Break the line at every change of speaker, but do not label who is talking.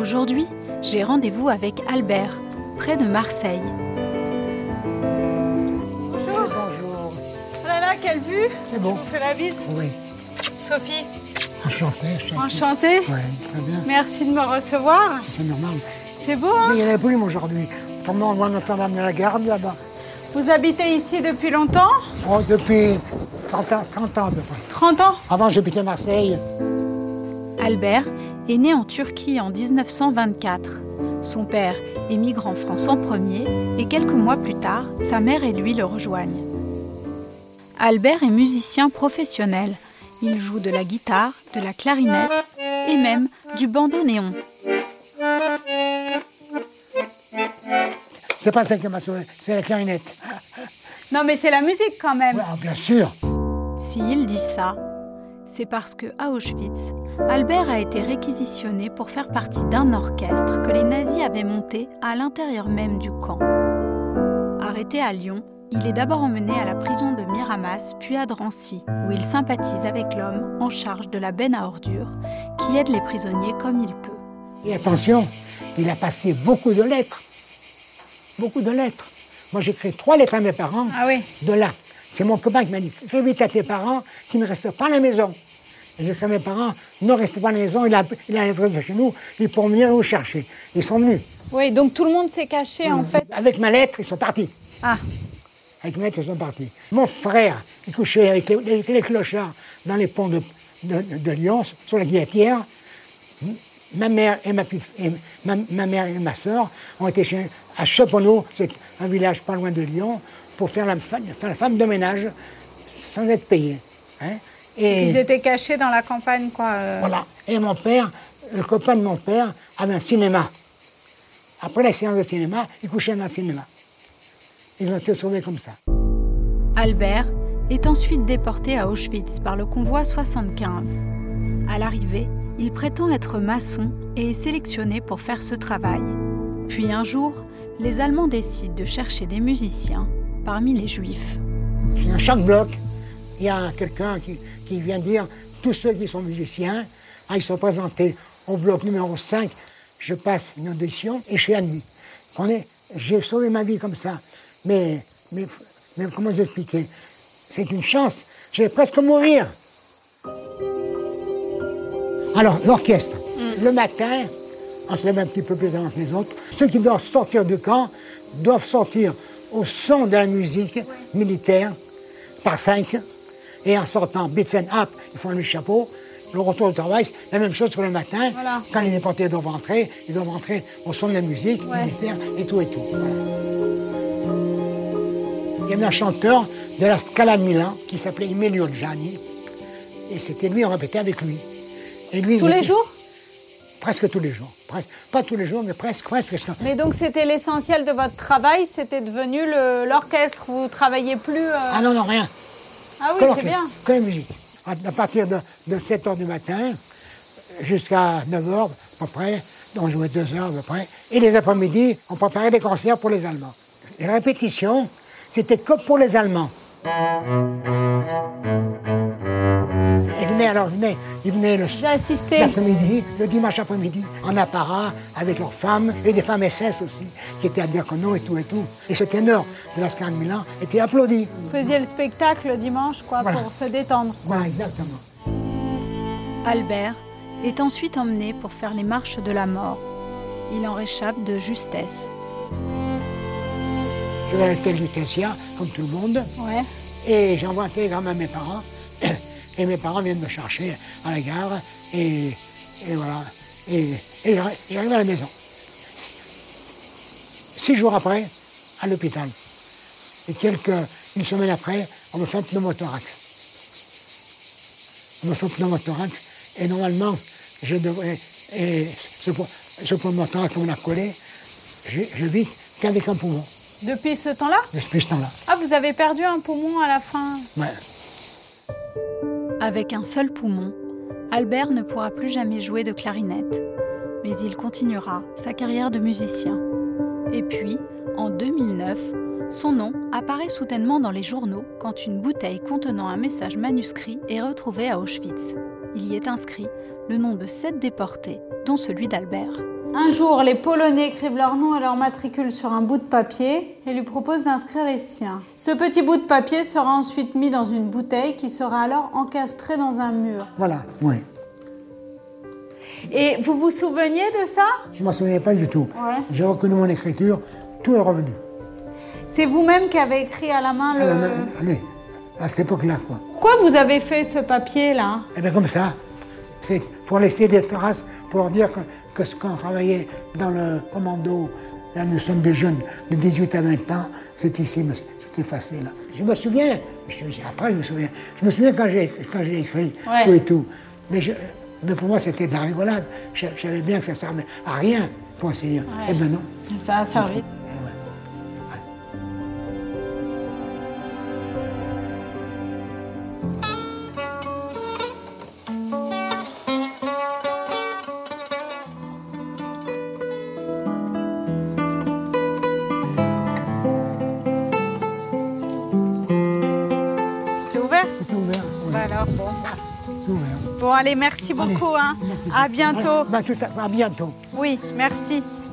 Aujourd'hui, j'ai rendez-vous avec Albert, près de Marseille.
Bonjour.
Bonjour.
Oh là là, quelle vue
C'est bon.
On fait la bise.
Oui.
Sophie,
Enchanté. enchanté.
enchantée.
Ouais, très bien.
Merci de me recevoir.
C'est normal.
C'est beau, hein
Mais il y a la brume aujourd'hui. Pendant on va Notre-Dame de la Garde là-bas.
Vous habitez ici depuis longtemps
Oh, depuis 30 ans, 30 ans à peu près.
30 ans
Avant j'habitais Marseille.
Albert est né en Turquie en 1924. Son père émigre en France en premier et quelques mois plus tard, sa mère et lui le rejoignent. Albert est musicien professionnel. Il joue de la guitare, de la clarinette et même du bandoneon.
C'est pas celle qui m'a sauvé, c'est la clarinette.
Non, mais c'est la musique quand même.
Ouais, ah, bien sûr.
S'il dit ça, c'est parce que à Auschwitz, Albert a été réquisitionné pour faire partie d'un orchestre que les nazis avaient monté à l'intérieur même du camp. Arrêté à Lyon, il est d'abord emmené à la prison de Miramas, puis à Drancy, où il sympathise avec l'homme en charge de la benne à ordures, qui aide les prisonniers comme il peut.
Et attention, il a passé beaucoup de lettres. Beaucoup de lettres. Moi j'écris trois lettres à mes parents.
Ah oui.
De là. C'est mon copain qui m'a dit Fais vite à tes parents qui ne restent pas à la maison. Et J'ai dit à mes parents Ne restez pas à la maison, il a, il a l'adresse de chez nous, ils pourront venir nous chercher. Ils sont venus.
Oui, donc tout le monde s'est caché en fait.
Avec ma lettre, ils sont partis.
Ah,
Avec ma lettre, ils sont partis. Mon frère, il couchait avec les, avec les clochards dans les ponts de, de- de Lyon, sur la guillotière. Ma mère et ma, petite- et ma, ma mère et ma soeur ont été chez, à Chaponneau, c'est un village pas loin de Lyon, pour faire la, fa- faire la femme de ménage sans être payée. hein. Et,
ils étaient cachés dans la campagne quoi. euh.
voilà. Et mon père, le copain de mon père, avait un cinéma. Après la séance de cinéma, il couchait dans un cinéma. Ils ont été sauvés comme ça.
Albert est ensuite déporté à Auschwitz par le convoi 75. À l'arrivée, il prétend être maçon et est sélectionné pour faire ce travail. Puis un jour, les Allemands décident de chercher des musiciens parmi les Juifs.
Dans chaque bloc, il y a quelqu'un qui, qui vient dire tous ceux qui sont musiciens, ah, ils sont présentés au bloc numéro 5. Je passe une audition et je suis admis. Vous comprenez J'ai sauvé ma vie comme ça. Mais, mais, mais comment vous expliquer C'est une chance. Je vais presque mourir. Alors, l'orchestre.
Mm.
Le matin, on se lève un petit peu plus avant que les autres. Ceux qui doivent sortir du camp doivent sortir au son de la musique militaire par cinq. Et en sortant, Bitsen up, ils font le chapeau. Le retour au travail, c'est la même chose que le matin.
Voilà.
Quand les déportés doivent rentrer, ils doivent rentrer au son de la musique
Ouais.
militaire et tout et tout. Voilà. Il y avait un chanteur de la Scala de Milan qui s'appelait Emilio Gianni. Et c'était lui, on répétait avec lui. Et lui,
Tous
il
les
était-
jours
Presque tous les jours. Presque. Pas tous les jours, mais presque, presque. parce que-
Mais donc c'était l'essentiel de votre travail, c'était devenu le- l'orchestre, vous travaillez plus. euh.
Ah non, non, rien.
Ah
que
oui, c'est
l'orchestre,
bien.
que la musique. À, à partir de, 7 h du matin euh, jusqu'à 9 h à peu près, on jouait 2 heures à peu près. Et les après-midi, on préparait des concerts pour les Allemands. Les répétitions, c'était que pour les Allemands. Ils venaient, alors, ils venaient, ils venaient le,
J'ai assisté.
L'après-midi, le dimanche après-midi, en apparat, avec leurs femmes, et des femmes SS aussi, qui étaient à Diacono et tout et tout. Et ce ténor de la Scala de Milan était applaudi.
Vous faisiez le spectacle le dimanche quoi,
Voilà.
pour se détendre.
Voilà, exactement.
Albert est ensuite emmené pour faire les marches de la mort. Il en réchappe de justesse.
Je vais à l'hôtel du Tessia, comme tout le monde,
Ouais.
et j'envoie un télégramme à mes parents, et mes parents viennent me chercher à la gare, et, et voilà. Et, et j'arri- j'arrive à la maison. Six jours après, à l'hôpital. Et quelques, une semaine après, on me fait un pneumothorax. On me fait un pneumothorax. Et normalement, je devrais. Et ce, po- ce pneumothorax qu'on a collé, je, je vis qu'avec un poumon,
Depuis ce temps-là
depuis ce temps-là.
Ah, vous avez perdu un poumon à la fin.
Ouais.
Avec un seul poumon, Albert ne pourra plus jamais jouer de clarinette, mais il continuera sa carrière de musicien. Et puis, en 2009, son nom apparaît soudainement dans les journaux quand une bouteille contenant un message manuscrit est retrouvée à Auschwitz. Il y est inscrit le nom de sept déportés, dont celui d'Albert.
Un jour, les Polonais écrivent leur nom et leur matricule sur un bout de papier et lui proposent d'inscrire les siens. Ce petit bout de papier sera ensuite mis dans une bouteille qui sera alors encastrée dans un mur.
Voilà, oui.
Et vous vous souveniez de ça
Je ne m'en souvenais pas du tout.
Ouais.
J'ai reconnu mon écriture, tout est revenu.
C'est vous-même qui avez écrit à la main le...
À, la main,
Euh.
allez, à cette époque-là, quoi.
Pourquoi vous avez fait ce papier-là
Et bien comme ça, c'est pour laisser des traces, pour leur dire que, que ce qu'on travaillait dans le commando, là nous sommes des jeunes de 18 à 20 ans, c'est ici, mais c'est effacé là. Je me souviens, je me souviens- après je me souviens, je me souviens quand j'ai quand j'ai écrit
Ouais.
tout et tout. Mais, je- mais pour moi c'était de la rigolade. Je, je savais bien que ça servait à rien pour essayer. Eh ben non.
Ça a servi. C'est ouvert
Tout ouvert. oui,
Bah alors, bon.
tout ouvert.
Bon, allez, merci beaucoup. hein.
Merci.
À bientôt.
Bah, tout à, à bientôt.
Oui, merci.